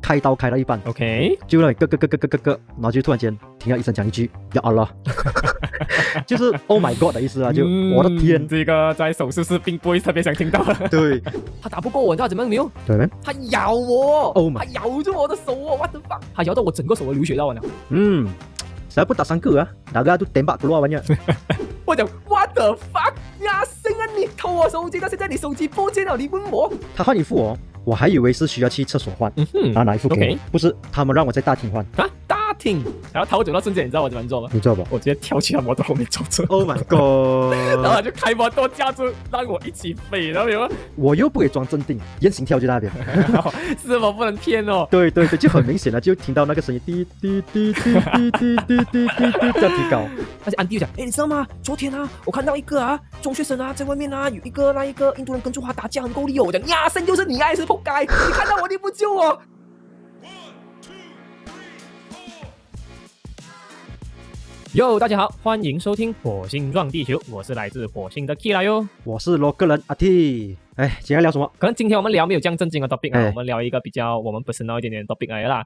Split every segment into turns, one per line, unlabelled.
开刀开到一半，
OK，
就那里咯咯咯咯咯咯咯，然后就突然间听到医生讲一句“要 Allah”，就是 “Oh my God” 的意思啊，就
嗯
我的 天，
这个在手术室并不会特别想听到的。
对
他打不过我，你知道怎么样没有？
对没？
他咬我
Oh my-
他咬住我的手哦，what the fuck！他咬到我整个手都流血到完了。
嗯，saya pun tak sangka ah, daga tu tembak keluar banyak.
我讲 what the fuck！呀，星啊，你偷我手机到现在，你手机不见了，你问我？
他换一副哦，我还以为是需要去厕所换，
嗯哼
然后拿一副给我
OK
不是，他们让我在大厅换，
啊，大厅，然后逃走到瞬间，你知道我怎么做吗？
你知道吧
我直接跳去他摩托后面冲出。
？Oh my
然后
God！
他就开摩托架住，让我一起飞，然后有 没
我又不给装镇定，严刑跳就在那边。
有？是我不能骗哦。
对对对，就很明显了，就听到那个声音滴滴滴滴滴滴滴滴滴滴在提高。
而且安迪就讲，哎，你知道吗？昨天啊，我看到一个啊，中学生啊，在外面啊，有一个那一个印度人跟住他打架，很够力哦。我讲，呀，生就是你啊，也是扑街！你看到我，你不救我。哟，大家好，欢迎收听《火星撞地球》，我是来自火星的 Kira 哟。
我是罗格人阿 T，哎，今天要聊什么？
可能今天我们聊没有这样正经的 topic 啊，
哎
我们聊一个比较我们 personal 一点点的 topic 而已啦。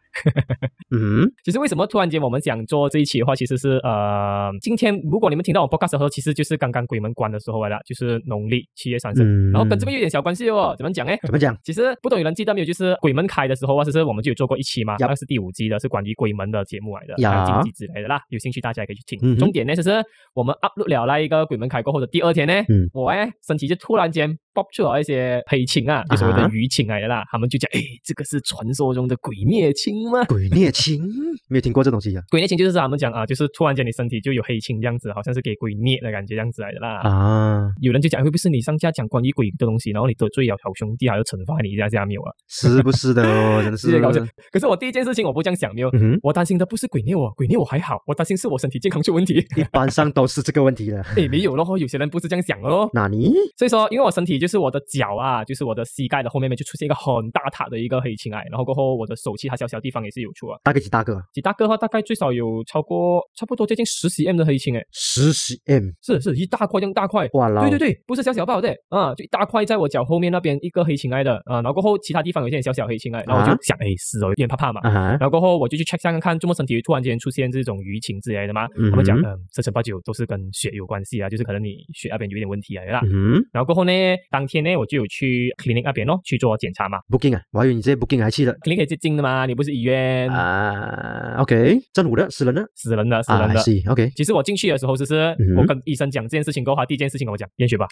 嗯，
其实为什么突然间我们想做这一期的话，其实是呃，今天如果你们听到我 podcast 的时候，其实就是刚刚鬼门关的时候来了，就是农历七月三十、
嗯
然后跟这个有点小关系哦。怎么讲呢？
怎么讲？
其实不懂有人记得没有？就是鬼门开的时候啊，其实我们就有做过一期嘛，
呀
那是第五季的，是关于鬼门的节目来的，
呀
还有禁忌之类的啦。有兴趣大家也可以去听。
嗯哼
重点呢，就是我们 upload 了那一个鬼门开过后的第二天呢，
嗯
我哎身体就突然间爆出了一些黑青啊，就所谓
啊
的
哈
舆情来的啦。他们就讲，哎，这个是传说中的鬼灭青吗？
鬼灭青，没有听过这东西啊？
鬼灭青就是他们讲啊，就是突然间你身体就有黑青这样子，好像是给鬼灭的感觉这样子来的啦。
啊，
有人就讲，会不会是你上架讲关于鬼的东西，然后你得罪了好兄弟，还要惩罚你一下下没 有啊？
是不是的 哦？真的
是
是
搞笑。可是我第一件事情我不这样想没有，
嗯哼，
我担心的不是鬼灭我，鬼灭我还好，我担心是我身体健康出问题。
一般上都是这个问题的。
诶，没有咯，有些人不是这样想的咯。
那你
所以说，因为我身体就是我的脚啊，就是我的膝盖的后面面就出现一个很大塔的一个黑青癌，然后过后我的手其他小小地方也是有出啊。
大概几大个？
几大个的话，啊大概最少有超过差不多接近十 cm 的黑青诶，
十 cm，
是是一大块这样大块。
哇啦！
对对对，不是小小包的啊，就一大块在我脚后面那边一个黑青癌的啊，然后过后其他地方有一些小小黑青癌，然后我
啊
就想哎是哦，有点怕怕嘛，
啊哈，
然后过后我就去 check 上看看，怎么身体突然间出现这种淤青之类的嘛？
嗯哼
他们讲，嗯、十成八九都是跟血有关系啊，就是可能你血那边有一点问题啊，啦。
嗯
然后过后呢，当天呢我就有去 clinic 那边咯，去做检查嘛。
，booking 啊，我还以为你这 booking 还去了
clinic 也是近的嘛，你不是医院、
啊。OK，政府的私人的
死人的死
啊
人的。
，I OK，
其实我进去的时候，就是
嗯
我跟医生讲这件事情过后，他第一件事情跟我讲验血吧，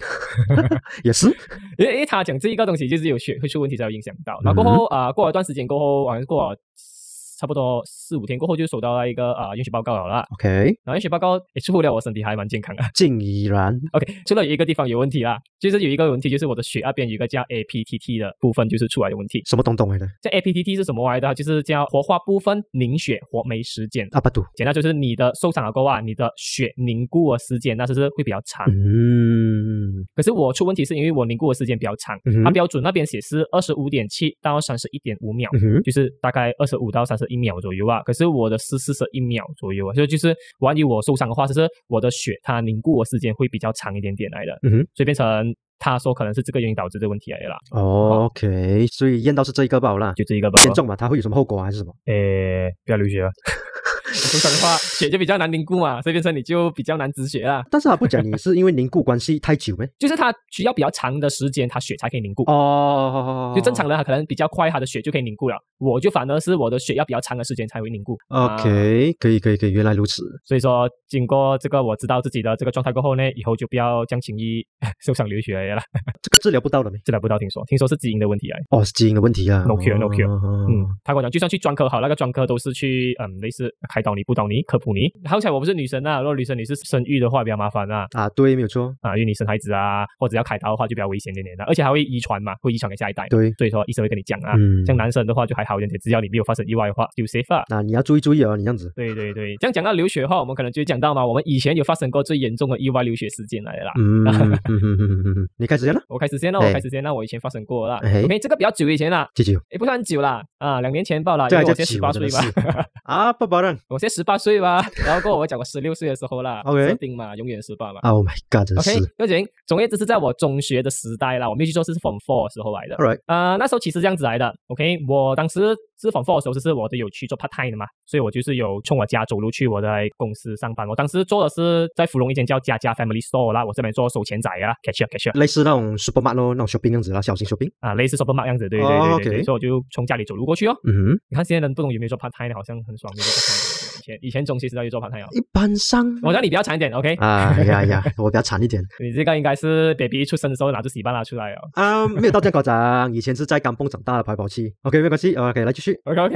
也是
因为因为他讲这一个东西就是有血会出问题才有影响到。然后过后啊、呃过了一段时间过后，好像过了差不多四五天过后，就收到了一个啊、呃验血报告了啦。
OK，
然后验血报告也出乎了我身体还蛮健康的。啊
竟然
OK，除了有一个地方有问题啦，就是有一个问题，就是我的血压边有一个叫 APTT 的部分，就是出来有问题。
什么东东来的？
这 APTT 是什么来的？啊就是叫活化部分凝血活酶时间。
阿巴杜，
简单就是你的受伤了过后啊，你的血凝固的时间那就是会比较长。
嗯
可是我出问题是因为我凝固的时间比较长，
嗯哼
它标准那边写是二十五点七到三十一点五秒。
嗯哼，
就是大概二十五到三十一秒左右啊。可是我的是四十一秒左右啊，所以就是万一我受伤的话，就是我的血它凝固的时间会比较长一点点来的，
嗯哼
所以变成他说可能是这个原因导致这个问题来的啦，
哦，OK，所以验到是这一个爆啦，
就这一个吧
不。严重嘛？它会有什么后果啊还是什么？
诶，不要流 血啊。受伤的话，血就比较难凝固嘛，所以变成你就比较难止血啦。
但是他不讲你是因为凝固关系太久没？
就是它需要比较长的时间，它血才可以凝固。
哦，
就正常人，他可能比较快，他的血就可以凝固了。我就反而是我的血要比较长的时间才会凝固。啊
，OK，可以可以可以，原来如此。
所以说，经过这个我知道自己的这个状态过后呢，以后就不要这样轻易 受伤流血了啦。
这个治疗不到了没？
这来不到听说，听说是基因的问题啊。
哦，是基因的问题啊。
No cure, no cure 嗯
嗯，，
他跟我讲，就算去专科好，那个专科都是去嗯类似开导你、布导你、科普你。好彩我不是女生啊，如果女生你是生育的话比较麻烦啊
啊，对，没有错，
啊，因为你生孩子啊或者要开刀的话就比较危险一点啊点的，而且还会遗传嘛，会遗传给下一代。
对，
所以说医生会跟你讲啊，
嗯，
像男生的话就还好一点点，只要你没有发生意外的话就 safe 啊。
那你要注意注意啊，你这样子。
对对对，这样讲到流血的话，我们可能就会讲到嘛，我们以前有发生过最严重的意外流血事件来的啦。
嗯，嗯嗯嗯嗯嗯嗯，你开始先了，
我开始先啦，
哎
我开始先啦，我以前发生过啦。
哎
OK，这个比较久以前啦，
姐姐，
也不算很久啦，啊，两年前报啦，因
这
为
还
我
叫
现在
起
十
我
八
真
岁
的
吧。
是啊，不保证，
我现在十八岁吧，然后过后我讲我十六岁的时候啦
OK
设定嘛，永远十八嘛。
Oh my god，真
OK，
是
不紧，总而言之是在我中学的时代啦，我没记错是 Form Four 的时候来的。
，All right，
呃，那时候其实这样子来的。OK，我当时是 Form Four 的时候，就是我都有去做 part time 的嘛，所以我就是有从我家走路去我的公司上班。我当时做的是在芙蓉一间叫家家 Family Store 啦，我这边做收钱仔啊的啦，cashier cashier
类似那种 supermarket 咯那种 shopping 样子啦，小型 shopping。
啊，类似 supermarket 样子，对对对对
哦
对
OK
所以我就从家里走路过去哦。
嗯，
你看现在人不懂有没有做 part time 的，好像很爽，没有做 part time 的。以前以前中学时代就做 part time 了。
一般上。
我让你比较惨一点，OK？、
啊呀呀，我比较惨一点
你这个应该是 baby 一出生的时候拿出洗巴拉出来哦。
啊没有到这样夸张。以前是在港蹦长大的跑来跑去，OK，没关系，OK，来继续。
OK OK，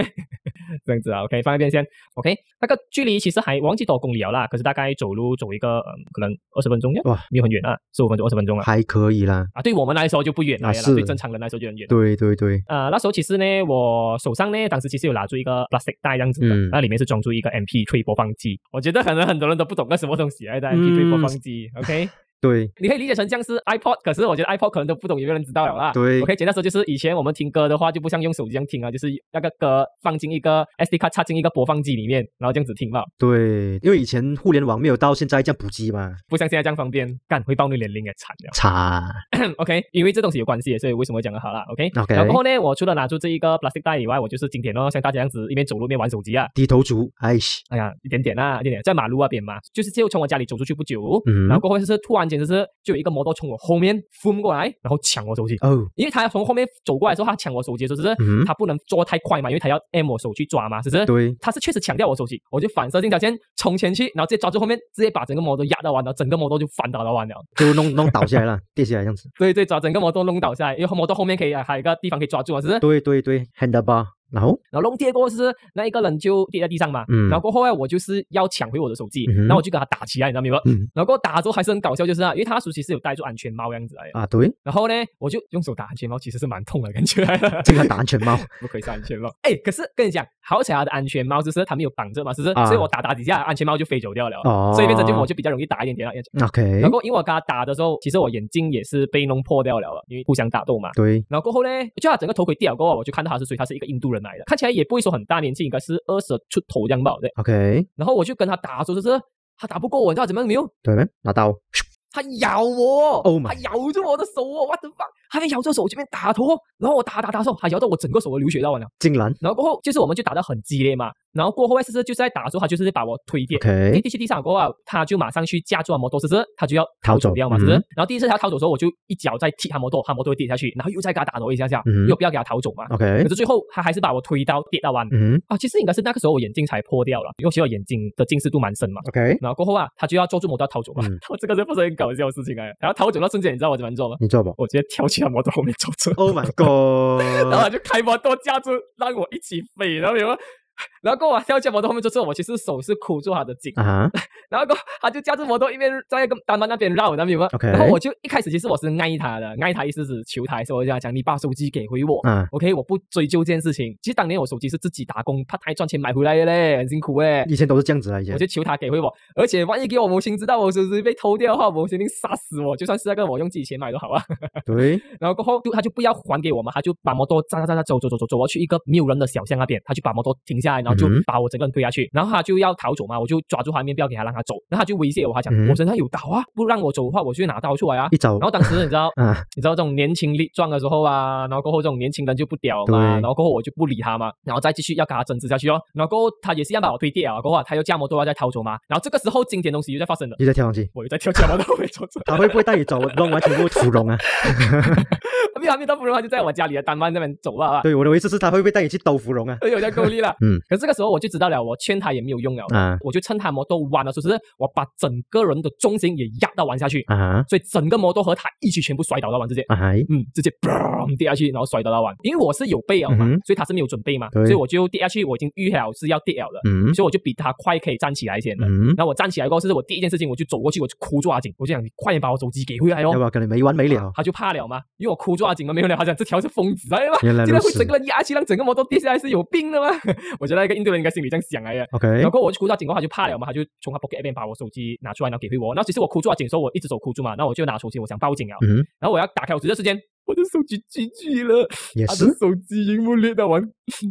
这 样子啊，OK 放一边先。OK，那个距离其实还忘记多少公里了啦，可是大概走路走一个、嗯、可能二十分钟呀，
哇，
没有很远啊，十五分钟二十分钟啊。
还可以啦，
啊，对我们来说就不远了
啊
呀啦，
是
对正常人来说就很远。
对对对，
啊、那时候其实呢，我手上呢，当时其实有拿住一个 plastic 袋这样子的，
嗯
那里面是装住一个 MP3 播放机。我觉得可能很多人都不懂那什么东西啊来的 MP3 播放机。OK，
对
你可以理解成像是 iPod，可是我觉得 iPod 可能都不懂有没有人知道了啦。
对
，OK，简单说就是以前我们听歌的话，就不像用手机这样听啊，就是那个歌放进一个 SD 卡插进一个播放机里面，然后这样子听嘛，
对，因为以前互联网没有到现在这样普及嘛，
不像现在这样方便，干会暴露年龄也惨了。
差
OK，因为这东西有关系，所以为什么讲的好啦 o k
OK
然后过后呢，我除了拿出这一个 plastic 袋以外，我就是今天哦，像大家这样子一边走路一边玩手机啊，
低头族，哎西，
哎呀，一点点啦、一点点，在马路那边嘛，就是就从我家里走出去不久，
嗯
然后过后就是突然间就是就有一个摩托从我后面疯过来，然后抢我手机。
哦，
因为他从后面走过来的时候，他抢我手机的时候，只
嗯
是他不能抓太快嘛，因为他要按我手去抓嘛，只是
对，
他是确实抢掉我手机，我就反射性条件冲前去，然后直接抓住后面，直接把整个摩托压到完了，整个摩托就翻倒到完了。
就弄弄倒下来了，跌下来这样子。
对对，把整个摩托弄倒下来，因为摩托后面可以啊还有一个地方可以抓住啊，只是
对对对，handlebar，然后
然后弄跌过后就是那一个人就跌在地上嘛，
嗯
然后过后呢，我就是要抢回我的手机，
嗯哼
然后我就给他打起来，你知道没有？
嗯
然后给我打之后还是很搞笑，就是啊，因为他手机是有戴住安全帽这样子来的，
啊，对，
然后呢，我就用手打安全帽，其实是蛮痛的感 觉 来了。
竟然打安全帽，
不可以是安全帽。哎，可是跟你讲，好彩他的安全帽就是他没有绑着嘛，是不是？
啊
所以我打打几下，安全帽就飞走掉了，
哦
所以变成就我就比较容易打一点点了。
，OK，
然后因为我跟他打的时候，其实我眼睛也是被弄破掉了，因为互相打斗嘛。
对，
然后过后呢，就他整个头盔掉过后，我就看到他是，所以他是一个印度人来的，看起来也不会说很大年纪，应该是二十出头这样吧。对，
OK，
然后我就跟他打的时候，就是他打不过我，你知道怎么样没有？
对没？拿刀，
他咬我
Oh my
他咬住我的手哦，我的妈！他还咬住手，我这边打头哦，然后我打打打的时候，还咬到我整个手都流血到完了。
竟然
然后过后就是我们就打得很激烈嘛，然后过后是是就是在打的时候，他就是把我推跌。因为
OK，嗯
第七、第三过后啊，他就马上去架住他摩托，是不是？他就要逃走掉嘛，
逃
是
走
不是？
嗯
然后第一次他逃走的时候，我就一脚再踢他摩托，他摩托会跌下去，然后又再给他打挪一下下，
嗯
又不要给他逃走嘛。
OK，
可是最后他还是把我推到跌到完、
嗯
啊！其实应该是那个时候我眼镜才破掉了，因为其实我眼睛的近视度蛮深嘛。
，OK，
然后过后啊，他就要抓住摩托逃走嘛。
嗯
我 这个是不是很搞笑的事情啊？然后逃走那 瞬间，你知道我怎么做吗？
你做不
我直接跳去他摩托后面走车。
？Oh my
然后
god，
他就开摩托架住让我一起飞，然后有， 然后跟我跳下摩托后面就之后，我其实手是箍住他的颈，
啊
然后过后他就架住摩托一边在跟丹丹那边绕，你知道没有吗
OK
然后我就一开始其实我是挨他的，挨他意思是求他的时候，我就跟他讲你把手机给回我。
啊，
OK，我不追究这件事情。其实当年我手机是自己打工 part time 赚钱买回来的嘞，很辛苦诶。
以前都是这样子来以前
我就求他给回我，而且万一给我母亲知道我手机被偷掉的话，我母亲一定杀死我。就算是那个我用自己钱买都好啊。
对
然后过后就他就不要还给我嘛，他就把摩托扎扎扎扎走走走走走，我去一个没有人的小巷那边，他就把摩托停下来，然后就
嗯哼
把我整个人推下去，然后他就要逃走嘛，我就抓住他面，不要给他让他走，然后他就威胁我，他讲、
嗯
我身上有刀啊，不让我走的话，我就拿刀出来啊
一。早，
然后当时你知道
啊，
你知道这种年轻力壮的时候啊，然后过后这种年轻人就不屌
对
嘛，然后过后我就不理他嘛，然后再继续要跟他争执下去哦，然后过后他也是一样把我推跌啊，过后啊他又驾摩托要再逃走嘛，然后这个时候经典东西又在发生了，
又在跳上去，
我又在跳驾摩托回走走。
他会不会带你走？弄完全部芙蓉啊？
没有，还没到芙蓉，他就在我家里的单班那边走啊。
对，我的意思是他会不会带你去兜芙蓉啊？
哎呦，在够力了。
嗯，
可是这个时候我就知道了，我劝他也没有用了。
啊
我就趁他摩托弯的时候，就是我把整个人的重心也压到弯下去，
啊
所以整个摩托和他一起全部摔倒到弯，直接。
啊嗨
嗯，直接砰跌下去，然后摔倒到弯。因为我是有备了嘛，
嗯哼
所以他是没有准备嘛，
对
所以我就跌下去，我已经预好是要跌了的，
嗯
所以我就比他快可以站起来先的。
嗯，
然后我站起来过后，这是我第一件事情，我就走过去，我就哭住阿景，我就想你快点把我手机给回来哦
要不。要跟你没完没了？
他就怕了嘛，因为我哭住阿景了没有了，他讲这条是疯子哎来的嘛，
原来
竟然
如
会
此
整个人压去，让整个摩托跌下来是有病的吗？ 我觉得那个印度人应该心里这样想来的。
，OK，
然后我就哭到警官，他就怕了嘛，他就从他 pocket 那边把我手机拿出来，然后给回我。然后其实我哭住啊，警的时候我一直手哭住嘛，然后我就拿手机，我想报警啊。
嗯
然后我要打开我直接时间，哦，我的手机 GG 了，
也
他
是
的手机荧幕裂到完，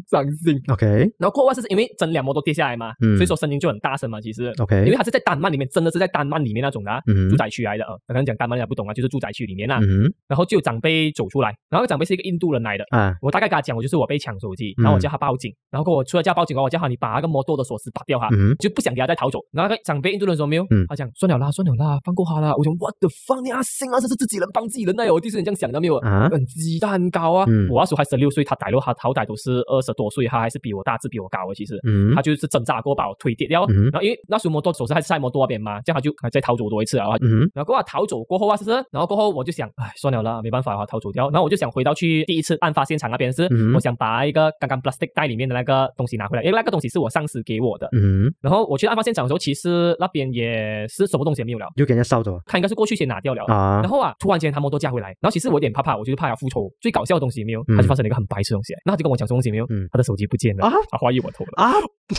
伤心。
OK
然后国外是因为整两模都跌下来嘛，
嗯
所以说声音就很大声嘛。其实
OK Ừ.
因为它是在丹曼里面，真的是在丹曼里面那种的、啊
嗯
住宅区来的啊。呃刚刚讲丹曼人家不懂啊，就是住宅区里面啦、
嗯
然后就有长辈走出来，然后长辈是一个印度人来的。
啊
我大概跟他讲，我就是我被抢手机，
嗯
然后我叫他报警，然后跟我除了叫他报警外，我叫他你把那个摩托的锁匙拔掉哈，
嗯
就不想给他再逃走。然后那个长辈印度人说没有，
嗯
他讲算了啦，算了啦，放过他啦。我讲 what the fuck 你阿信啊，这是自己人帮自己人那、啊、我第一时间这样想的没有，
啊
很鸡蛋很高啊。
嗯
我那时候还十六岁，他歹落他好歹都是二十多岁，他还是比我大，是比我高啊的其实。
嗯
他就是挣扎过把我推跌掉，
嗯
然后因为那时候摩托手是还是在摩托那边嘛，这样他就啊再逃走多一次啊，
嗯
然后过后逃走过后啊，是不是？然后过后我就想，唉，算了啦，没办法啊，逃走掉。然后我就想回到去第一次案发现场那边是，
嗯
我想把一个刚刚 plastic 袋里面的那个东西拿回来，因为那个东西是我上司给我的。
嗯，
然后我去案发现场的时候，其实那边也是什么东西也没有了，
又给人家烧走
他应该是过去先拿掉了。
啊
然后啊，突然间他们都加回来，然后其实我有点怕怕，我就是怕要复仇。最搞笑的东西也没有，
嗯
他就发生了一个很白痴的东西，那他就跟我讲什么东西没有？
嗯
他的手机不见了，
啊
他怀疑我偷了。
啊！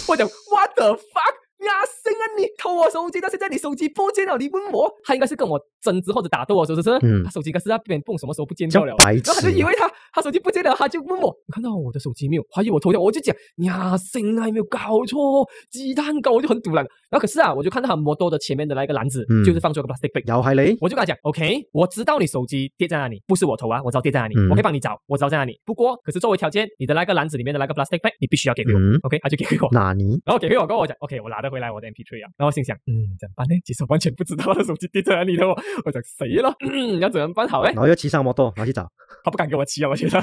我讲 What the fuck？呀，谁啊你偷我手机，到现啊在你手机不见了，你问我，他应该是跟我争执或者打斗我，是不是？
嗯
他手机应该是在被人碰，什么时候不见
这
掉了
样？白
然后他就
痴
以为他他手机不见了，他就问我，你看到我的手机没有？怀疑我偷掉，我就讲呀，谁啊，有没有搞错？鸡蛋糕，我就很堵然。然后可是啊，我就看到他摩托的前面的那一个篮子，
嗯
就是放出一个 plastic bag。
又係你
我就跟他讲，OK，我知道你手机跌在哪里，不是我偷啊，我知道跌在哪里，
嗯
我可以帮你找，我知道在哪里。不过，可是作为条件，你的那个篮子里面的那个 plastic bag，你必须要给回我、
嗯
o k 他就给回我。
哪尼？
然后给给我跟我讲，OK，我拿得回来我的 MP3 啊。然后心想，嗯，怎么办呢？其实我完全不知道他的手机跌在哪里了哦。我讲谁了？ 嗯，要怎么办好嘞
然？后又骑上摩托，拿去找。
他不敢给我骑啊，我觉得，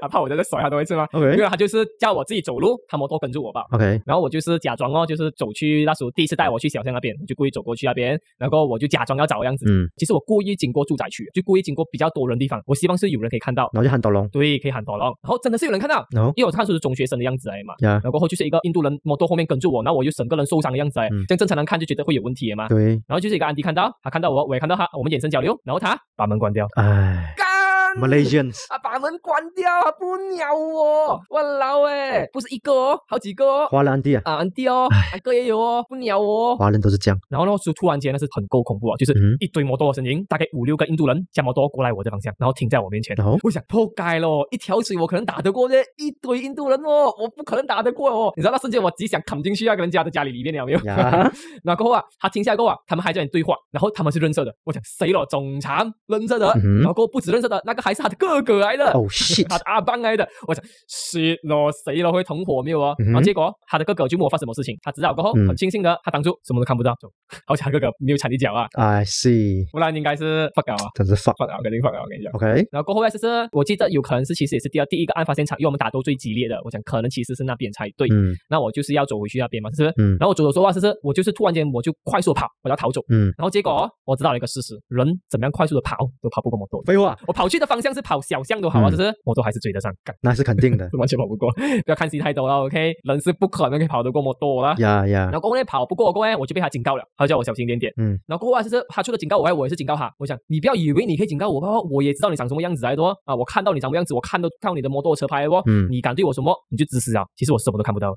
他怕我在这甩他多一次吗？ 因
OK
为他就是叫我自己走路，他摩托跟住我吧。
OK，
然后我就是假装哦，就是走去那时候第一次带我去小巷那边，我就故意走过去那边，然后我就假装要找的样子。
嗯，
其实我故意经过住宅区，就故意经过比较多人的地方，我希望是有人可以看到，
然后就行到窿。
对，可以喊到了。然后真的是有人看到，
然后
因为我看出是中学生的样子来嘛。
呀，
然后过后就是一个印度人摩托后面跟住我，然后我就整个人受伤的样子哎，
嗯
这样正常人看就觉得会有问题的嘛。
对，
然后就是一个安迪看到，他看到我，我也看到他，我们眼神交流，然后他把门关掉，
唉
干
哎 ，Malaysians，
啊，把门关掉，他不鸟我，我老哎，不是一个哦，好几个哦，
华人啲啊，
啊，安迪哦，安哥也有哦，不鸟我哦。
华人都是这样。
然后呢，就突然间那是很够恐怖啊，就是
嗯
一堆摩托的声音，大概五六个印度人加摩托过来我的方向，然后停在我面前。
然后
我想破街咯，一条水我可能打得过这一堆印度人哦，我不可能打得过哦。你知道那瞬间我只想砍进去那个人家的家里里面了没有？
呀，
然后过后啊，他停下来过后啊，他们还在那里对话，然后他们是认识的。我讲谁咯？总裁认识的，
嗯哼
然后过后不止认识的，那个还是他的哥哥来的。
哦 shit，
他的阿邦来的，我讲是咯，谁咯会同伙没有哦？
嗯哼
然后结果他的哥哥就问我发生什么事情，他知道过后，
嗯
很庆幸的，他当初什么都看不到，就 好彩他哥哥没有踩你脚啊，
I see，
不然应该是 fuck 了啊
真是 fuck。
，fuck 了，肯定 fuck 了，我跟你讲。
OK，
然后过后呢，就是我记得有可能是其实也是第二第一个案发现场，因为我们打斗最激烈的，我讲可能其实是那边才对。
嗯
那我就是要走回去那边嘛，是不是？
嗯
然后我走走说话，是不是？我就是突然间我就快速跑，我要逃走。
嗯，
然后结果哦我知道了一个事实，人怎么样快速的跑都跑不过摩托。
废话，
我跑去的方向是跑小巷都好啊，
嗯
是不是？摩托还是追得上，干
那是肯 定的。
完全跑不过。不要看戏太多了，OK，人是不可能可以跑得过摩托啦。
呀呀
然，后过后呢，跑不过过后呢，我就被他警告了，他叫我小心点点。
嗯，
然后过后啊，就是他除了警告我外，我也是警告他。我讲，你不要以为你可以警告我吧，我也知道你长什么样子来的哦。啊，我看到你长什么样子，我看到看到你的摩托车牌哦。
嗯
你敢对我什么，你就自私啊！其实我什么都看不 到，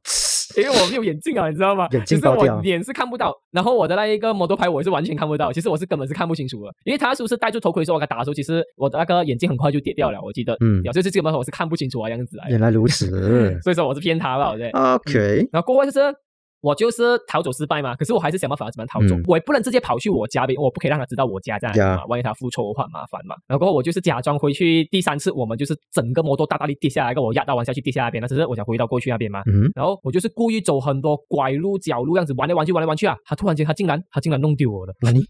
因为我没有眼镜啊，你知道吗？
眼镜
就是
爆掉
我脸是看不到，然后我的那一个摩托牌我也是完全看不到。其实我是根本是看不清楚的，因为他是不是戴住头盔的时候，我给他打的时候，其实我的那个眼镜很快就跌掉了，我记得。
嗯
然后就是基本上我是看不清楚啊样子来的，
原来如此。
所以说我是骗他了，对。
OK，
然后过后就是我就是逃走失败嘛，可是我还是想办法怎么样逃走，
嗯
我也不能直接跑去我家边，我不可以让他知道我家在哪里嘛
Yeah
万一他复仇的话很麻烦嘛。然后过后我就是假装回去第三次，我们就是整个摩托大大力跌下来，跟我压到完下去跌下来那边，那只是我想回到过去那边嘛。
嗯，
然后我就是故意走很多拐路、角路，这样子玩来玩去、玩来玩去啊！他突然间，他竟然，他竟然弄丢我了。
那你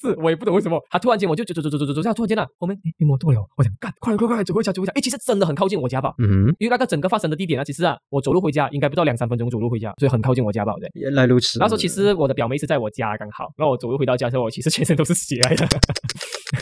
是我也不懂为什么，他突然间我就走走走走走走，这样突然间啊，后面诶被摩托了，我想干，快点快点快点走回家走回家！诶，其实真的很靠近我家吧，
嗯，
因为那个整个发生的地点啊，其实啊，我走路回家应该不到两三分钟走路回家，所以很靠近我家吧，对。
原来如此。
那时候其实我的表妹是在我家刚好，然后我走路回到家的时候，我其实全身都是血来的，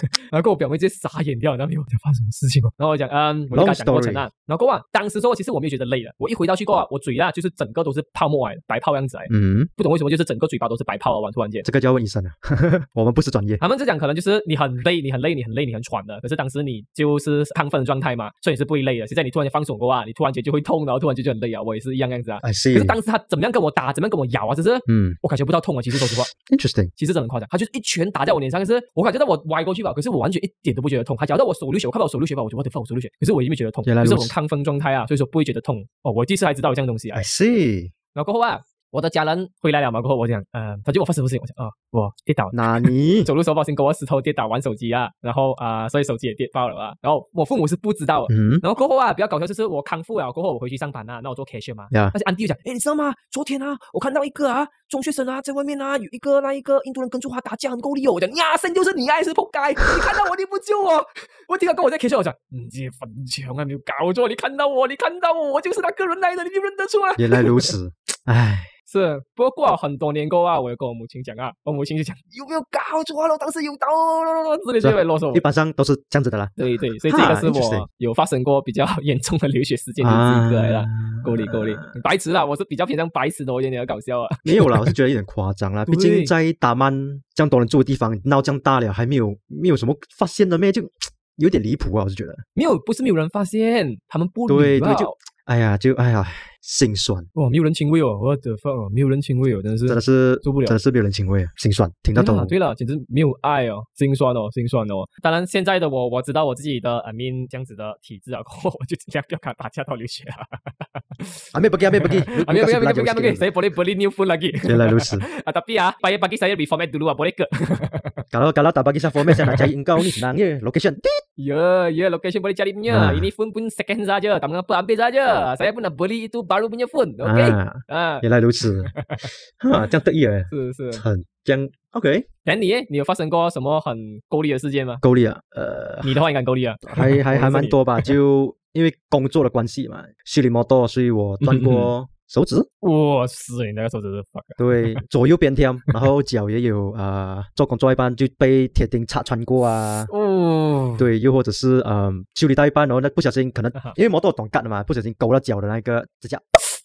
然后跟我表妹直接傻眼掉，然后没有我讲发生什么事情哦，然后我讲嗯，我就跟她
Long
讲过程啊，然后过后啊，当时说其实我没有觉得累了，我一回到去过后啊，我嘴啊就是整个都是泡沫来的，白泡样子来的，
嗯，
不懂为什么就是整个嘴巴都是白泡啊，完突然间。
这个就要问医生了， 我们不是专业。
他们就讲可能就是你很累，你很累，你很累，你很喘的。可是当时你就是亢奋的状态嘛，所以你是不会累的。现在你突然间放松过啊，你突然间就会痛，然后突然间就很累啊。我也是一样样子啊。
I
可
see，
是当时他怎么样跟我打怎么样跟我咬啊，只是
嗯
我感觉不到痛啊。其实说实话，
，interesting，
其实真的很夸张，他就是一拳打在我脸上，可是我感觉到我歪过去吧，可是我完全一点都不觉得痛。他咬到我手流血，我看到我手流血吧，我就我得放我手流血，可是我也没觉得痛，
原来
就
如
是
此
我亢奋状态啊，所以说不会觉得痛。哦，我第一次还知道有这样东西啊
I。see，
然后过后啊，我的家人回来了嘛，过后我讲，嗯、呃，他就问我发生什么事情，我讲，哦，我跌倒了。
那 你
走路时候不小心给我石头跌倒，玩手机啊，然后啊、所以手机也跌爆了啊。然后我父母是不知道的，
嗯
然后过后啊，比较搞笑就是我康复了过后，我回去上班啊，那我做 cashier 嘛。
呀
但是安迪就讲，哎，你知道吗？昨天啊，我看到一个啊，中学生啊，在外面啊，有一个那一个印度人跟住他打架，很够力哦。我讲，呀，生就是你啊，是扑街！你看到我，你不救我， 我听到跟我在 cashier，我讲，你这粉墙啊，没有搞错，你看到我，你看到我，我就是那个人来的，你就认得出来。
原来如此，唉，
是，不过过了很多年过后啊，我有跟我母亲讲啊，我母亲就讲有没有搞错啊了，当时有刀了，之类之类的啰嗦
啊一。般上都是这样子的啦。
对对，所以这个
哈
是我
，interesting
有发生过比较 严重的流血事件的一个来
啊
了。够力够力，很白痴啦！我是比较偏向白痴的，我有点搞笑啊。
没有啦，我是觉得有点夸张啦。
对
毕竟在达曼这样多人住的地方，闹这样大了，还没有没有什么发现的咩，就有点离谱啊！我是觉得，
没有，不是没有人发现，他们不
对
礼貌
对就哎呀，就哎呀，心酸，
哇，没有人情味哦，我的 fuck，没有人情味哦，真的是
真的是
受不了
真的是没有人情味啊，心酸，听到
对
都
了，对了，简直没有爱哦，心酸哦，心酸哦。当然，现在的我我知道我自己的 I mean 这样子的体质啊，过后我就尽量不要跟他打架到流血啊。
啊，没不给，没不给，
Ah, Ambil, ambil, ambil, ambil, ambil, ambil.
Lucas
Saya boleh beli new phone lagi.
原 来如此，
ah, tapi ah, payah bagi saya reformat dulu ah, boleh ke?
kalau kalau tak bagi saya format saya nak cari engkau ni senang je location. Tik.
ya, yeah, ya, yeah, location boleh cari punya.
Ah.
Ini phone pun second saja. Tak mengapa, ambil saja. Saya pun nak beli itu baru punya phone. Okay?
啊，
Ah,
原来如此，哈，这样得意哎，
是是。
很这样 OK，
Dan ni eh, ni ada pasang kau semua 很够力的事件吗？
够力了，呃，
你的话应该够力啊。
还还还
我是
蛮
你
多 吧，就因为工作的关系嘛，修理摩托，所以我断 过手指，
哇，是你那个手指是 fuck 啊。
对，左右边天， 然后脚也有呃，做工做一半就被铁钉插穿过啊。
哦，
对，又或者是嗯，修理到一半，然后那不小心 可能因为摩托短杆的嘛，不小心勾到脚的那个指甲，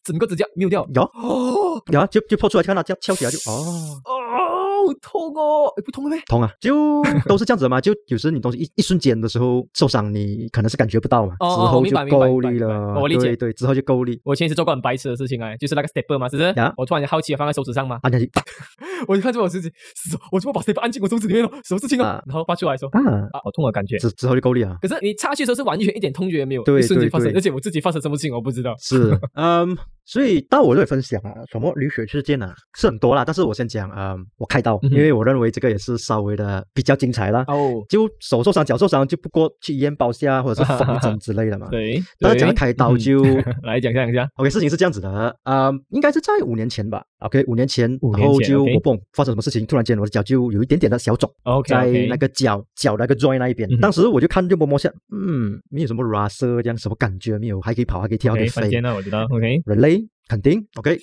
整个指甲没有掉。
有
哦，
然后就就破出来，看到这样翘起来 就
Oh.
哦，
哦，好痛哦，诶不痛了咩？
痛啊，就都是这样子的嘛。就有时你东西一一瞬间的时候受伤，你可能是感觉不到嘛，
哦哦我明
之
白
后就
明白
够力
明白
了，
我理解
对对，之后就够力，
我前一次做过很白痴的事情哎，就是那个 stepper 嘛，是不是
啊
我突然好奇地放在手指上嘛，
按下去啪
我就看着我手指，死我怎么把 stepper 按进我手指里面了？ 什么事情啊？
啊
然后发出来说
啊，
啊，好痛的感觉。
之之后就够力了。
可是你插去的时候是完全一点痛觉也没有，
对
一瞬间
对
发生，
对
而且我自己发生什么事情我不知 道。
是，嗯，所以到我这里分享啊，什么流血事件啊，是很多啦。但是我先讲，嗯，我开刀，
嗯哼
因为我认为这个也是稍微的比较精彩啦。
哦，
就手受伤、脚受伤，就不过去医院包下或者是缝一针之类的嘛。
对，
但是讲
对
到开刀
嗯
就
来讲一下讲一下，
OK，事情是这样子的，呃，应该是在五年前吧。OK，五年前，
五年
然后
前
就
OK
我不懂发生什么事情，突然间我的脚就有一点点的小肿，
OK
在
OK，
那个脚脚那个 joint 那一边
嗯。哼
当时我就看就摸摸下，嗯，没有什么 r a s 这样什么感觉没有，还可以跑，还可以跳，还可
OK
以
房间
飞。
呢我知道 OK，
人类肯定 OK，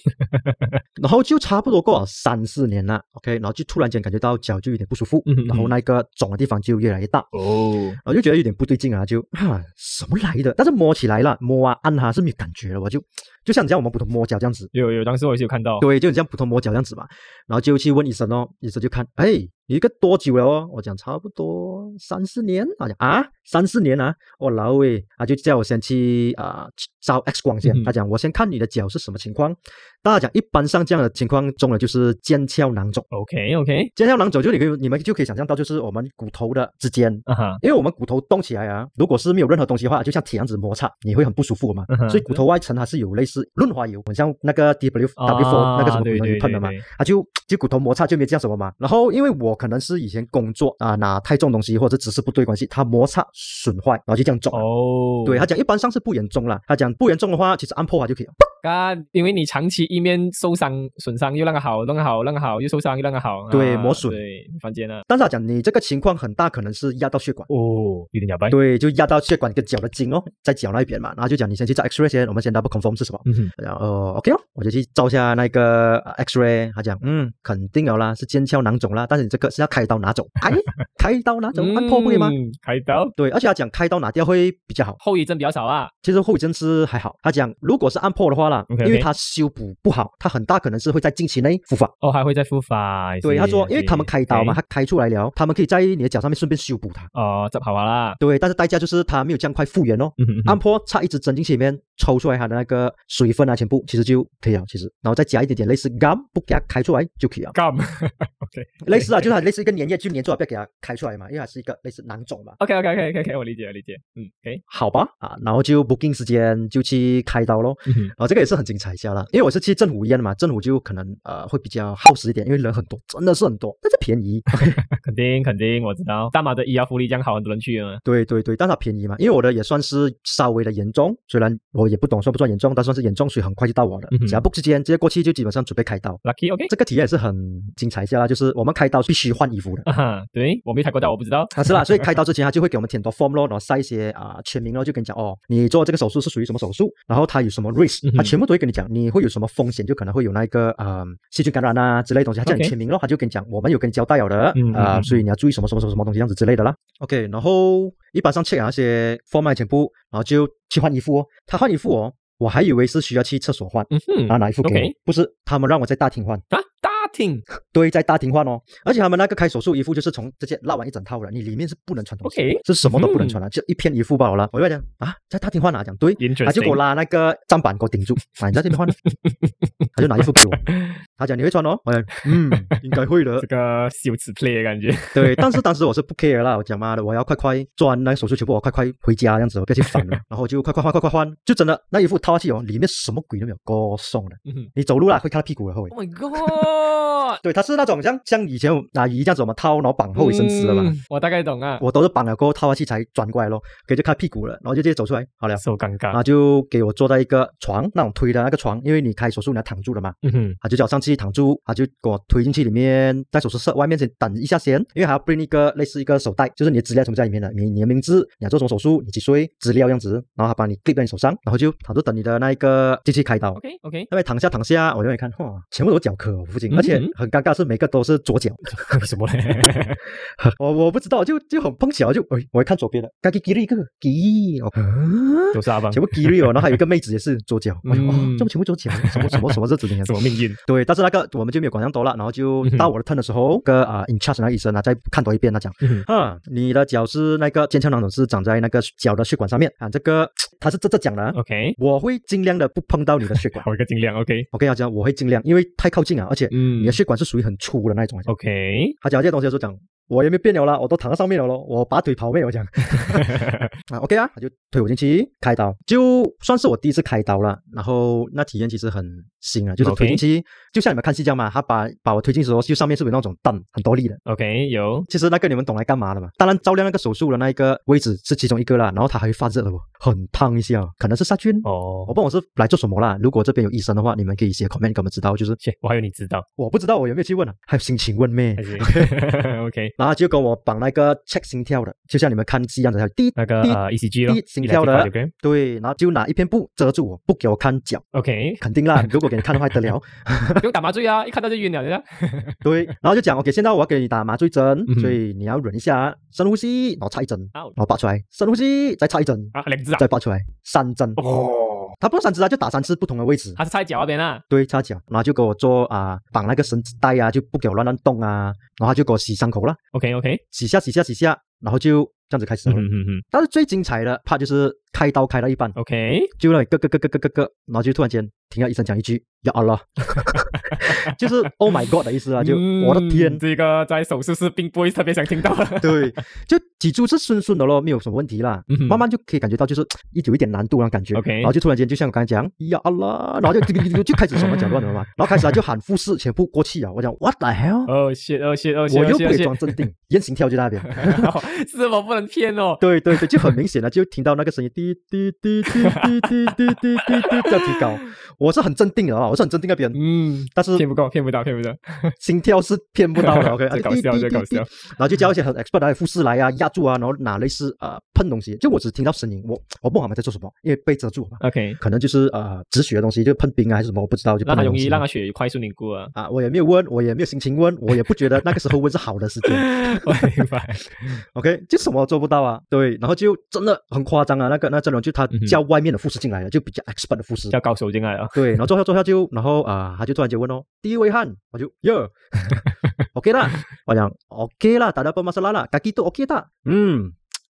然后就差不多过了三四年了 OK，然后就突然间感觉到脚就有点不舒服
嗯哼，
然后那个肿的地方就越来越大。
哦，
我就觉得有点不对劲啊，就 啊什么来的？但是摸起来了，摸啊按它是没有感觉了，我就就像你像我们普通摸脚这样子，
有有，当时我也是有看到，
对，就你像普通摸脚这样子嘛。然后就去问医生哦，医生就看，哎，你一个多久了哦？我讲差不多三四年，他讲啊三四年啊，我老喂，他就叫我先去啊、去照 X 光
嗯哼
先，他讲我先看你的脚是什么情况。大家讲一般上这样的情况中呢，就是腱鞘囊肿。
OK OK，
腱鞘囊肿就你可以你们就可以想象到，就是我们骨头的之间
啊哈，
因为我们骨头动起来啊，如果是没有任何东西的话，就像铁样子摩擦，你会很不舒服嘛。
嗯哼
所以骨头外层它是有类似润滑油，很像那个 W W four 那个什
啊
么
对
东
对
西喷的嘛
对，对
它就就骨头摩擦就没有这样什么嘛。然后因为我可能是以前工作啊拿太重东西或者姿势不对关系，它摩擦损坏，然后就这样肿。
哦，
对他啊讲，一般上是不严重啦。他讲不严重的话，其实按破它就可以了。
干，啊因为你长期一面受伤损伤，又让它好，让它好，让它好，又受伤又让它好，
对
啊
磨损
对，房间啊，
但是他讲你这个情况很大可能是压到血管。
哦，有点哑巴，
对，就压到血管跟脚的筋哦，在脚那一边嘛，然后就讲你先去照 X-ray 先，我们先 double confirm 是什么，
嗯哼，
然后、哦 OK 哦，我就去照下那个呃 X-ray，他讲，嗯，肯定有啦，是腱鞘囊肿啦，但是你这个是要开刀拿走， 哎，开刀拿走，按破不可以吗？
嗯？开刀
对，而且他讲开刀拿掉会比较好，
后遗症比较少啊。
其实后遗症是还好。他讲如果是按破的话啦，啦
OK，OK
因为它修补不好，它很大可能是会在近期内复发。
哦，还会再复发。I
对，他
see，
说，
I
因为他们
see，
开刀嘛，
，OK
他开出来了，他们可以在你的脚上面顺便修补它。
哦，执好啊啦。
对，但是代价就是它没有这样快复原哦。
嗯哼嗯哼
按坡插一支针进去里面，抽出来它的那个水分啊，全部其实就可以了。其实，然后再加一点点类似 gum，不给它开出来就可以了。
干
类似啊，就是它类似一个粘液，就粘住了，不要给它开出来嘛，因为它是一个类似囊肿嘛。
，OK OK OK OK OK，我理解我理解，嗯，OK，
好吧，啊，然后就 booking 时间就去开刀咯。
嗯哼
啊，这个也是很精彩一下啦，因为我是去政府医院嘛，政府就可能呃会比较耗时一点，因为人很多，真的是很多，但是便宜。
肯定肯定，我知道大马的医疗福利这样好，很多人去啊。
对对对，但它便宜嘛，因为我的也算是稍微的严重，虽然我也不懂算不算严重，但算是严重，所以很快就到我了。
嗯哼
只要不之间直接过去就基本上准备开刀，
Lucky OK，
这个体验也是很精彩一下啦，就是我们开刀必须换衣服的。
啊哈，对我没有开过刀，我不知道。
啊， 是啦，所以开刀之前他就会给我们填多 form 咯，然后晒一些啊、签名咯，就跟你讲哦，你做这个手术是属于什么手术，然后它有什么 risk，
嗯哼
他全部都会跟你讲，你会有什么风险，就可能会有那个啊、呃细菌感染啊之类的东西，他叫你
OK
签名咯，他就跟你讲，我们有跟你交代了的啊、
嗯嗯嗯
所以你要注意什么什么什么什么东西这样子之类的啦。OK，然后一般上 check 那些 form 啊全部，然后就去换衣服哦，他换衣服哦，我还以为是需要去厕所换。
嗯哼，
然后拿衣服给我
OK
不是他们让我在大厅换，
啊，大厅
对，在大庭换哦，而且他们那个开手术衣服就是从直接拉完一整套了，你里面是不能穿东西
OK 嗯
是什么都不能穿了，啊就一片衣服罢了。我就讲啊，在大庭 换啊，讲对，
，interesting，
他就给我拉那个砧板给我顶住，啊，你在这边 换啊，他就拿衣服给我，他讲你会穿哦，我讲嗯，应该会的
这，个羞耻 play 的感觉。
对，但是当时我是不 care 啦，我讲妈的，我要快快做完那个手术全部，我快快回家这样子，我不要去烦了， 然后我就快快换快快换，就真的那衣服套下去哦，里面什么鬼都没有，够送的，
嗯哼
你走路啦会看到屁股了后尾。
Oh my god！
对，它是那种像像以前拿鱼这样子，我们套然后 绑后尾伸直了嘛。
嗯我大概懂啊，
我都是绑了过后套下去才转过来咯，可以就看屁股了，然后就直接走出来，好了，啊
受尴
然
尬
后。就给我坐在一个床那种推的那个床，因为你开手术你要躺住的嘛，
嗯哼，
他就叫我上去躺住，他就给我推进去里面，在手术室外面先等一下先，因为还要 bring 一个类似一个手袋，就是你的资料全部在里面的，你你的名字，你要做什么手术，你几岁，资料样子，然后他把你 clip 在你手上，然后就躺着等你的那一个机器开刀。
OK OK，
那边躺下躺下，我就一看，哇，全部都是脚科、哦、附近，而且
嗯嗯
很尴尬，是每个都是左脚，
为 什么嘞？
我我不知道，就就很碰巧，就哎，我一看左边的，刚给给了一个给，我、啊、
都是阿邦，
全部给了哦，然后还有一个妹子也是左脚，我、嗯、哦
嗯，
这么全部左脚，什么什么什么日子的
什么命 运？
对，但是那个我们就没有管那么多了，然后就
嗯哼
到我的 turn 的时候，跟啊、in charge 那个医生啊再看多一遍，他讲。
嗯哼
啊，你的脚是那个腱鞘囊肿是长在那个脚的血管上面啊，这个他是这这讲的啊，
OK，
我会尽量的不碰到你的血管。
我一个尽量 OK。
我跟他讲，我会尽量，因为太靠近啊，而且
嗯
你的血管是属于很粗的那种。啊
OK，
他讲这些东西的时候讲，我也没变了啦，我都躺在上面了咯，我拔腿跑没有讲 啊，OK 啊，他就推我进去开刀，就算是我第一次开刀了，然后那体验其实很新啊，就是
OK
推进去就像你们看戏这样嘛，他把把我推进去的时候，就上面是不是有那种灯很多力的。
OK，有
其实那个你们懂来干嘛的嘛？当然，照亮那个手术的那一个位置是其中一个啦，然后它还会发热的哦，很烫一下哦，可能是杀菌。我
哦。
不懂我是来做什么啦。如果这边有医生的话，你们可以写 comment 给我们知道，就是
切，我还有你知道
我不知道我有没有去问啊，还有心情问咩？
还是？OK，
然后就跟我绑那个 check 心跳的，就像你们看戏一样的，滴
那个
滴
呃 ECG 咯
滴心跳的
electrocardiogram
对，然后就拿一片布遮住我，不给我看 脚，
，OK，
肯定啦，如果给你看的话还得了，
不用打麻醉啊，一看到就晕了，对吧？
对，然后就讲 OK，现在我要给你打麻醉针
嗯，哼
所以你要忍一下，深呼吸，然后插一针，
啊
然后拔出来，深呼吸，再插一针，
啊，两 只啊，
再拔出来，三针，
哦，
他不是三针啊，就打三次不同的位置，
它是在脚那边啊。
对，插脚，然后就给我做啊、绑那个绳子带啊，就不给我乱乱动啊，然后他就给我洗伤口了，
OK OK，
洗下洗下洗下，然后就这样子开始
嗯
了。
哼哼哼
但是最精彩的怕就是开刀开到一半，
，OK，
就那里咯咯咯咯咯咯咯，然后就突然间听到医生讲一句“要 Allah”，就是 “Oh my God” 的意思啊，就
嗯
我的天，
这个在手术室并不会特别想听到。
对，就脊柱是顺顺的咯，没有什么问题啦，
嗯哼
慢慢就可以感觉到就是一有一点难度那种感觉
OK
然后就突然间就像我刚才讲“要 Allah”，然后就就开始手忙脚乱了嘛，然后开始啊就喊护士全部过去啊，我讲 “What the hell”，
哦，谢哦谢哦谢，
我又不
谢
可以
谢
装镇定，言行跳就在那边。
是我不能骗哦。
对对对，就很明显了，就听到那个声音滴滴滴滴滴滴滴滴滴滴这样提高。我是很镇定的啊，我是很镇定那边，
嗯，
但是
骗不够，骗不到，骗不到。
心跳是骗不 到的。OK，啊
最搞笑，最搞笑。。
然后就叫一些很 expert 的护士来啊，压住啊，然后拿类似呃喷东西，就我只听到声音，我我不好他们在做什么，因为被遮住嘛，
OK，
可能就是呃止血的东西，就喷冰啊还是什么，我不知道，就
让
喷
它
的
容
东
易
西
让它血快速凝固啊。
啊，我也没有问，我也没有心情问，我也不觉得那个时候问是好的时间。
我明白。
OK，就什么做不到啊。对，然后就真的很夸张啊，那个那真人就他
嗯哼
叫外面的护士进来了，就比较 expert 的护士。
叫高手进来啊。
对，然后坐下坐下就，然后啊、他就突然间问哦，第一位汉，我就哟 ，OK 啦，我讲 OK 啦，tak ada permasalahan lah, kaki tu OK tak? Hmm,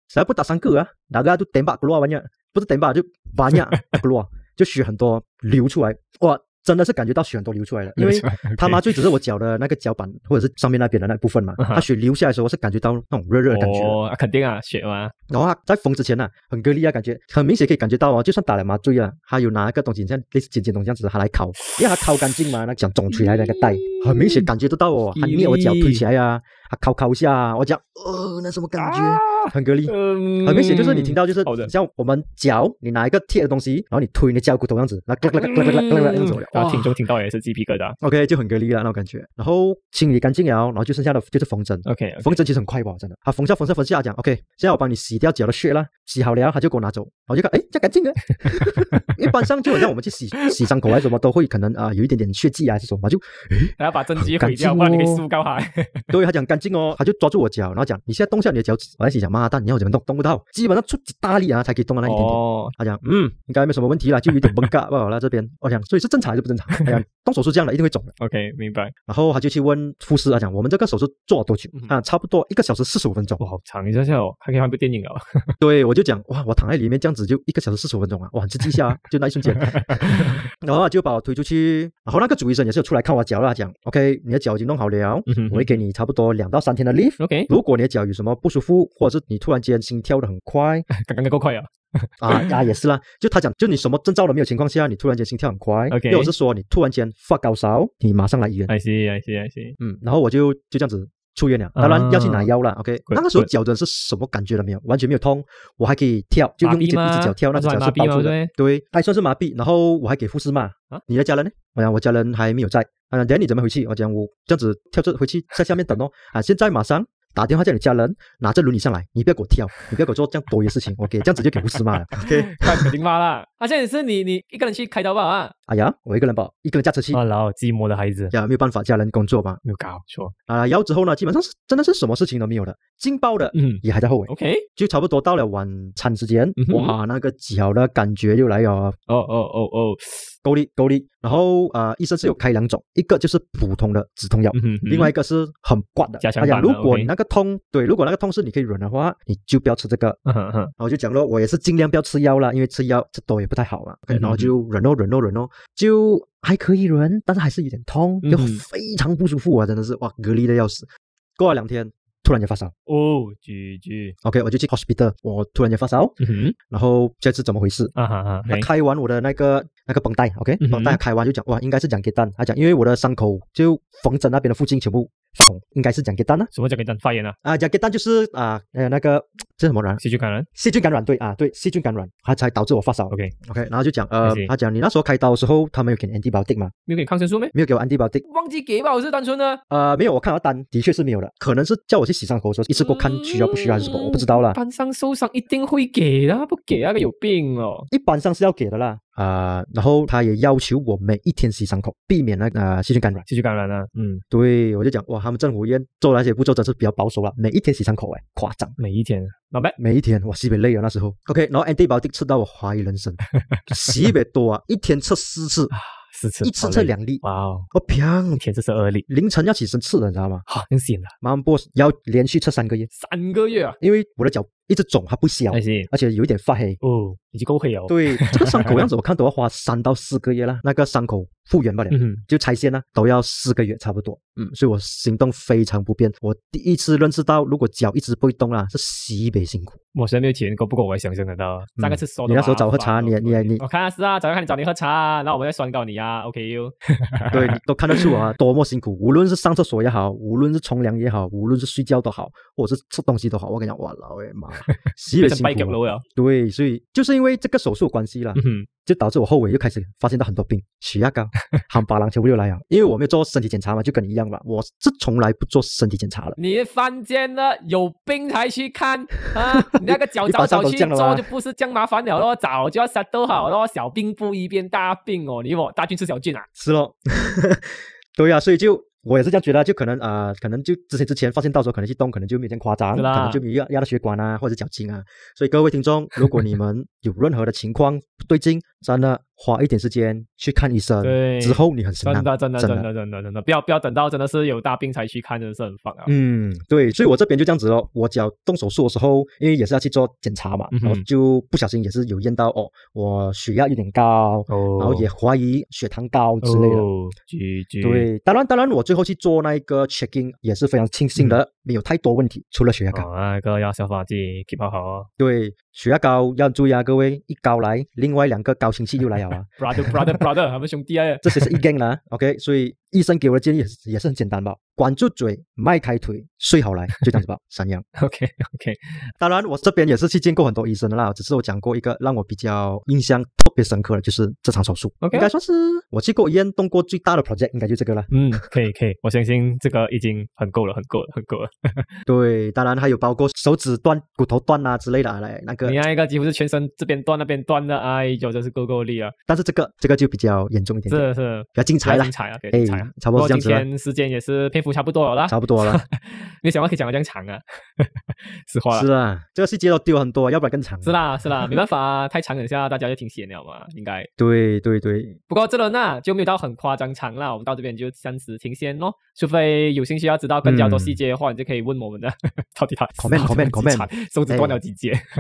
saya pun tak sangka ah, daga tu tembak keluar banyak，不是 tembak 就 banyak keluar，就血很多流出来，哇，真的是感觉到血很多流出来了，因为
没错
他
OK
麻醉只是我脚的那个脚板或者是上面那边的那部分嘛，
嗯哼
他血流下来的时候是感觉到那种热热的感觉的，
哦，啊肯定啊，血嘛，
然后他在缝之前呢、很割裂啊，感觉很明显可以感觉到哦，就算打了麻醉啊，他有拿一个东西，像类似尖尖东西这样子，他来烤，因为他烤干净嘛，那讲肿出来的那个带，很明显感觉得到哦，他捏我脚推起来啊，他烤烤一下啊，我讲，哦，那什么感觉？很割裂。
嗯
很明显就是你听到就是
好的
像我们脚，你拿一个铁的东西，然后你推你的脚骨头这样子，那咯咯咯咯咯咯咯咯这样子，
然后
哇
听众听到也是鸡皮疙瘩。
OK 就很割裂了那种感觉。然后清理干净了，然后就剩下的就是缝针。
OK，
缝针其实很快吧，真的。他缝下缝下缝下讲，OK，现在我帮你洗掉脚的血啦，洗好了他就给我拿走，我就看，哎，这样干净啊。 一般上就好像我们去洗 洗伤口还是什么，都会可能啊、有一点点血迹啊还是什么，就
然后把真机
感
毁掉，
激
不然你可以
哦
塑膏它。
对他讲干净哦，他就抓住我脚，然后讲你现在动一下你的脚趾，我在心想妈蛋，你要我怎么动？动不到，基本上出几大力啊才可以动到那一点点。
哦，
他讲，嗯，应该没什么问题啦，就有点崩嘎罢了。这边我讲，所以是正常还是不正 常？哎呀，动手术这样的一定会肿的。
OK，明白。
然后他就去问护士啊，讲我们这个手术做了多久
嗯哼
啊？差不多一个小时四十五分钟。
哇，好长一下下哦，还可以换部电影了。
对，我就讲哇，我躺在里面这样子就一个小时四十五分钟啊，哇，很刺激一下、啊，就那一瞬间， 然后就把我推出去，然后那个主医生也是有出来看我脚了，他讲 OK，你的脚已经弄好了，
嗯 哼
我会给你差不多两到三天的 leave。
OK，
如果你的脚有什么不舒服，或者是你突然间心跳的很快
刚刚够快 啊。
啊啊也是啦，就他讲，就你什么征兆都没有情况下，你突然间心跳很快
OK
又或者是说你突然间发高烧，你马上来医院。
I see，I see，I see。
嗯，然后我就就这样子出院了，当然要去拿药了。OK，
啊 good，
那个时候
good
脚真的是什么感觉都没有，完全没有痛，我还可以跳，就
麻
用一
痹
只一
吗
只脚跳，那只
那
脚
算
是
麻痹
包
吗
住的，对，还算是麻痹。然后我还给护士骂
啊，
你的家人呢？哎我讲我家人还没有在，他讲等下你怎么回去？我讲我这样子跳着回去，在下面等哦。啊，现在马上。打电话叫你家人拿着轮椅上来，你不要给我跳，你不要给我做这样多余的事情。OK，这样子就给护士骂 了。OK，
那肯定骂啦。 啊，现在是你你一个人去开刀吧啊？
哎呀，我一个人吧，一个人驾车去，哎
啊，然后寂寞的孩子，
呀，没有办法，家人工作嘛。
没有搞错。
啊，然后之后呢，基本上是真的是什么事情都没有了，劲爆的
嗯
也还在后尾。
，OK，
就差不多到了晚餐时间，
嗯哼
哇，那个脚的感觉又来了，
哦哦哦哦，
够力够力。然后呃，医生是有开两种，一个就是普通的止痛药。
嗯哼，
另外一个是很怪的，
加强
他讲
版的
如果
OK
你那个痛，对，如果那个痛是你可以忍的话，你就不要吃这个。
嗯哼哼，
然后我就讲了，我也是尽量不要吃药啦，因为吃药吃多也不太好嘛。OK，啊
嗯哼
然后就忍哦忍哦忍哦，就还可以忍，但是还是有点痛，
嗯
又非常不舒服啊，真的是哇，隔离的要死。过了两天，突然间发烧
哦，GG，
，OK，我就去 hospital，我突然间发烧，
嗯哼，
然后这次怎么回事？
啊哈哈
他
，OK，
开完我的那个那个绷带，OK，
嗯哼
绷带开完就讲哇，应该是讲给蛋。他讲，因为我的伤口就缝针那边的附近全部发红，应该是讲给蛋呢。
什么叫给人发炎啊？
啊，讲给蛋就是啊，呃那个这是什么染？
细菌感染
细菌感染对啊，对，细菌感染，它才导致我发烧。
？OK，
OK，然后就讲呃
I，see
他讲你那时候开刀的时候，他们有给你 antibiotic 吗？
没有给你抗生素没？
没有给我 antibiotic。
忘记给吧，我是单纯啊的。
呃，没有，我看到单的确是没有的，可能是叫我去洗伤口的时候一次过看需要不需要还是什么，
嗯
我不知道啦。
班上受伤一定会给的，不给那个有病哦。
一般上是要给的啦，啊、然后他也要求我每一天洗伤口，避免那个呃细菌感染。
细菌感染啊，嗯，
对，我就讲哇，他们政府医院做那些步骤真是比较保守了，每一天洗伤口哎，夸张，
每一天，老白，
每一天哇，西北累啊那时候。OK，然后 antibiotic 吃到我怀疑人生，西北多啊，一天吃四次，
四次，
一次
好
吃
累，
两粒，
哇哦，
我砰
一，天这是二例，
凌晨要起身吃的，你知道吗？
好，很险的，啊
妈妈 boss 要连续吃三个月，
三个月啊，
因为我的脚一直肿，它不消
还，是
而且有一点发黑。
哦，已经够黑哦。，
对，这个伤口样子我看都要花三到四个月了，那个伤口复原不了。
嗯哼，
就拆线呢、都要四个月差不多。嗯，所以我行动非常不便。我第一次认识到，如果脚一直不会动啊，是西北辛 苦。
我身边有钱够不够，我也想象得到。上个次说
嗯
的
你
嘛，
那时候找我喝茶，你也你也你
我看是啊，早上看你找你喝茶啊，然后我们再酸到你啊 ，OK 哟。
对你都看得出啊，多么辛苦。无论是上厕所也好，无论是冲凉也好，无论是睡觉都好，或者是吃东西都好，我跟你讲，哇老诶妈， 西北
变成
辛
跛脚
苦啊。
佬了，
对，所以就是因为这个手术的关系啦
嗯，哼，
就导致我后尾又开始发现到很多病，血压 高、含巴郎全部又来了。因为我没有做身体检查嘛，就跟你一样嘛，我是从来不做身体检查的。
你犯贱了，有病才去看啊！你那个 脚
你把伤
早早
口
去
降了吗
做就不是这样麻烦了咯，早就要杀都好咯，小病不医变大病哦，你以为我大菌吃小菌啊？
是咯，对呀、所以就我也是这样觉得，就可能呃，可能就之前之前发现到时候可能去动，可能就没有这样夸张，
是
可
啦
能就没有压压到血管啊，或者脚筋啊。所以各位听众，如果你们有任何的情况不对劲，真的花一点时间去看医生，
对
之后你很生
真
疼
的，真的，
真
真
的
的，真的，真的，不要不要等到真的是有大病才去看，真的是很烦啊。
嗯，对，所以我这边就这样子咯。我脚动手术的时候，因为也是要去做检查嘛，
嗯哼
然后就不小心也是有验到哦，我血压有点高，
哦
然后也怀疑血糖高之类的。
哦，G G，，
对，当然，当然，我最后去做那一个 checking 也是非常庆幸的，没有太多问题，除了血压高。
嗯哦，那个要消化剂 keep 好好哦
对，血压高要注意啊，各位，一高来，另外两个高亲戚又来了啊，
，brother brother brother，他们兄弟啊，
这些是一 gang 啦。OK，所以医生给我的建议也是也是很简单吧，管住嘴，迈开腿，睡好来，就这样子吧，三样。
OK OK，
当然，我这边也是去见过很多医生的啦，只是我讲过一个让我比较印象特别深刻的，就是这场手术
OK
应该算是我去过医院动过最大的 project，应该就这个了。
嗯，可以可以，我相信这个已经很够了，很够了，很够了。
对，当然还有包括手指断、骨头断啊之类的啊来那个
你，那一个几乎是全身这边断那边断的，哎呦，真是够够力啊！
但是这个这个就比较严重一点点，
是是，
比较精彩
比较
啦
精。彩啊，比较
哎
精彩啊。，
差不多
不过
是这
今
样子了，
天时间也是篇幅差不多了啦，
差不多了。
没想到可以讲得这样长啊， 实话
是
啦。
啦，这个细节都丢很多，要不然更长。
是，啦是啦，没办法啊，太长等下大家就挺闲了嘛，应该。
对对对，
不过这轮呢就没有到很夸张长啦，我们到这边就暂时停先咯。除非有兴趣要知道更加多细节的话，你就可以问我们的 到底他
Comment，
到底
comment，哎
有几长手指断了几节。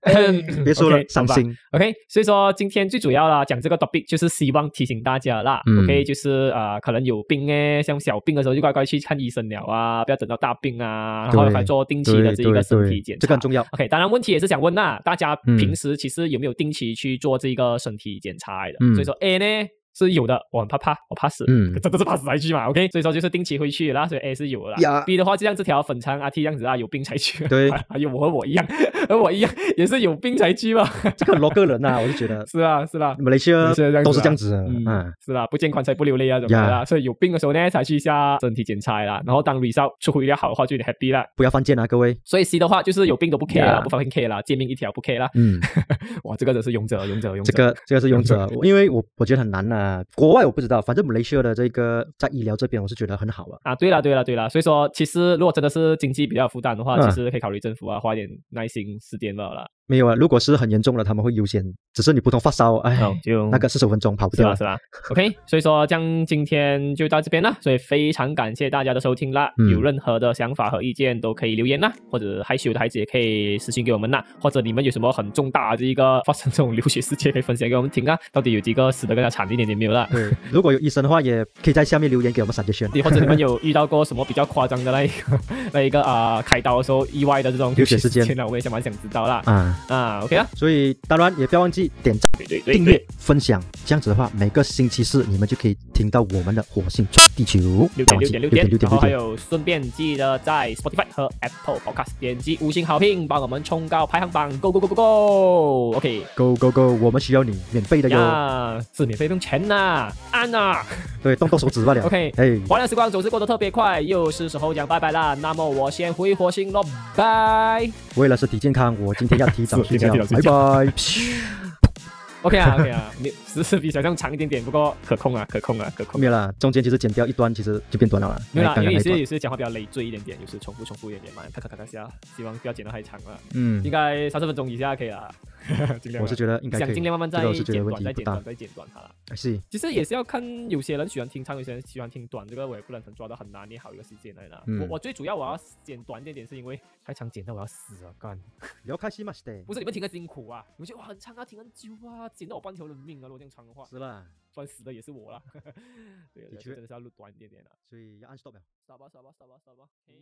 嗯别说了
嗯 OK，，
伤
好吧
心。
OK，所以说今天最主要啦，讲这个 topic 就是希望提醒大家啦。
嗯
OK，就是呃，可能有病诶，像小病的时候就乖乖去看医生了啊，不要等到大病啊，然后
对
还做定期的
对
这一个
对
身体
对
检，查。
这个很重 要。
OK，当然问题也是想问啦，大家
嗯
平时其实有没有定期去做这个身体检查来的？
嗯
所以说 A 呢是有的，我很怕怕，我怕死。
嗯，
真的是怕死才去嘛，OK，所以说就是定期会去啦，所以 A 是有的啦。
呀
B 的话就像这条粉肠阿 T 这样子啊，有病才去。
对
还有我和我一样，和我一样也是有病才去嘛。
这个很多个人 呐，我就觉得
是啊，是啦，
马来西亚
马来西亚这样子啊
呃都是这样子的，
嗯
嗯，，
是啦，不见棺材不流泪啊，怎么的啦？所以有病的时候呢，才去一下身体检查啦。然后当 result 出乎意料好的话，就有点 happy 啦。
不要犯贱啊，各位。
所以 C 的话就是有病都不 care 啦，
Yeah
不方便 care 啦，贱命一条不 care 啦。
嗯，
哇，这个真是勇者，勇者，勇者。
这个这个是勇者，我因为我我觉得很难呐、国外我不知道，反正马来西亚的这个在医疗这边我是觉得很好啊。
啊，对了，对了，对了，所以说，其实如果真的是经济比较有负担的话，
嗯
其实可以考虑政府啊，花一点耐心时间罢了啦。
没有啊，如果是很严重的，他们会优先。只是你普通发烧，哎，
哦，就
那个四十分钟跑不
是
掉
吧
啊。
是吧？OK，所以说这样今天就到这边啦，所以非常感谢大家的收听啦。
嗯
有任何的想法和意见都可以留言啦，或者害羞的孩子也可以私信给我们啦，或者你们有什么很重大的一个发生这种流 血事件可以分享给我们听啊，到底有几个死的更加惨一点点没有啦？
对，如果有医生的话，也可以在下面留言给我们 suggestion。
或者你们有遇到过什么比较夸张的那一 个那一个啊、开刀的时候意外的这种
流血
事
事件
件呢？我们也想蛮想知道啦。
啊，
啊，OK 啊，
所以当然也不要忘记点赞、
对对对
订
对
阅、分享，这样子的话，每个星期四你们就可以听到我们的火星撞地球，
六
不要忘
点六
记
点
六点六，
六点然
点
后
六
还
点。
有顺便记得在 Spotify 和 Apple Podcast 点击五星好评，帮我们冲高排行榜，Go Go Go Go Go！OK，、
Go go go！我们需要你，免费的哟。
呀，是免费不用钱 呐、按呐、
对，动动手指罢了。
OK
哎，
欢乐时光总是过得特别快，又是时候讲拜拜啦。那么我先回火星喽，拜。
为了身体健康，我今天要提早睡
是
觉
今天要，提早
拜
睡
拜。
OK 啊，OK 啊，没有只是比想象长一点点，不过可控啊，可控啊，可控
没。有啦，中间其实剪掉一段，其实就变短了啦。哎
没有啦，
刚
因
刚那
为有
一
些
段
有些讲话比较累赘一点点，有时重复重复一点点嘛，咔咔咔咔下，希望不要剪得太长了，应
嗯，
该三十分钟以下可以啦。尽量啦
我是觉得应该可
想
以
尽。量慢慢再
这个我是觉得
剪
问
短，
题不
再剪
大哎
短，再剪短它啦。
是，
其实也是要看有些人喜欢听长，有些人喜欢听短，这个我也不能很抓到很拿捏好一个时间来啦。
嗯
我我最主要我要剪短一点点，是因为太长剪到我要死啊！干，
聊开心嘛，是的。
不是你们听个辛苦啊，你们觉得哇很长啊，听很久啊，剪到我半条人命啊！如果这样长的话，
是啦，
算死的也是我啦。对，
的
所以
确
真的是要录短一点点啦。
所以要按 stop 了。
少吧少吧少吧少吧，嘿。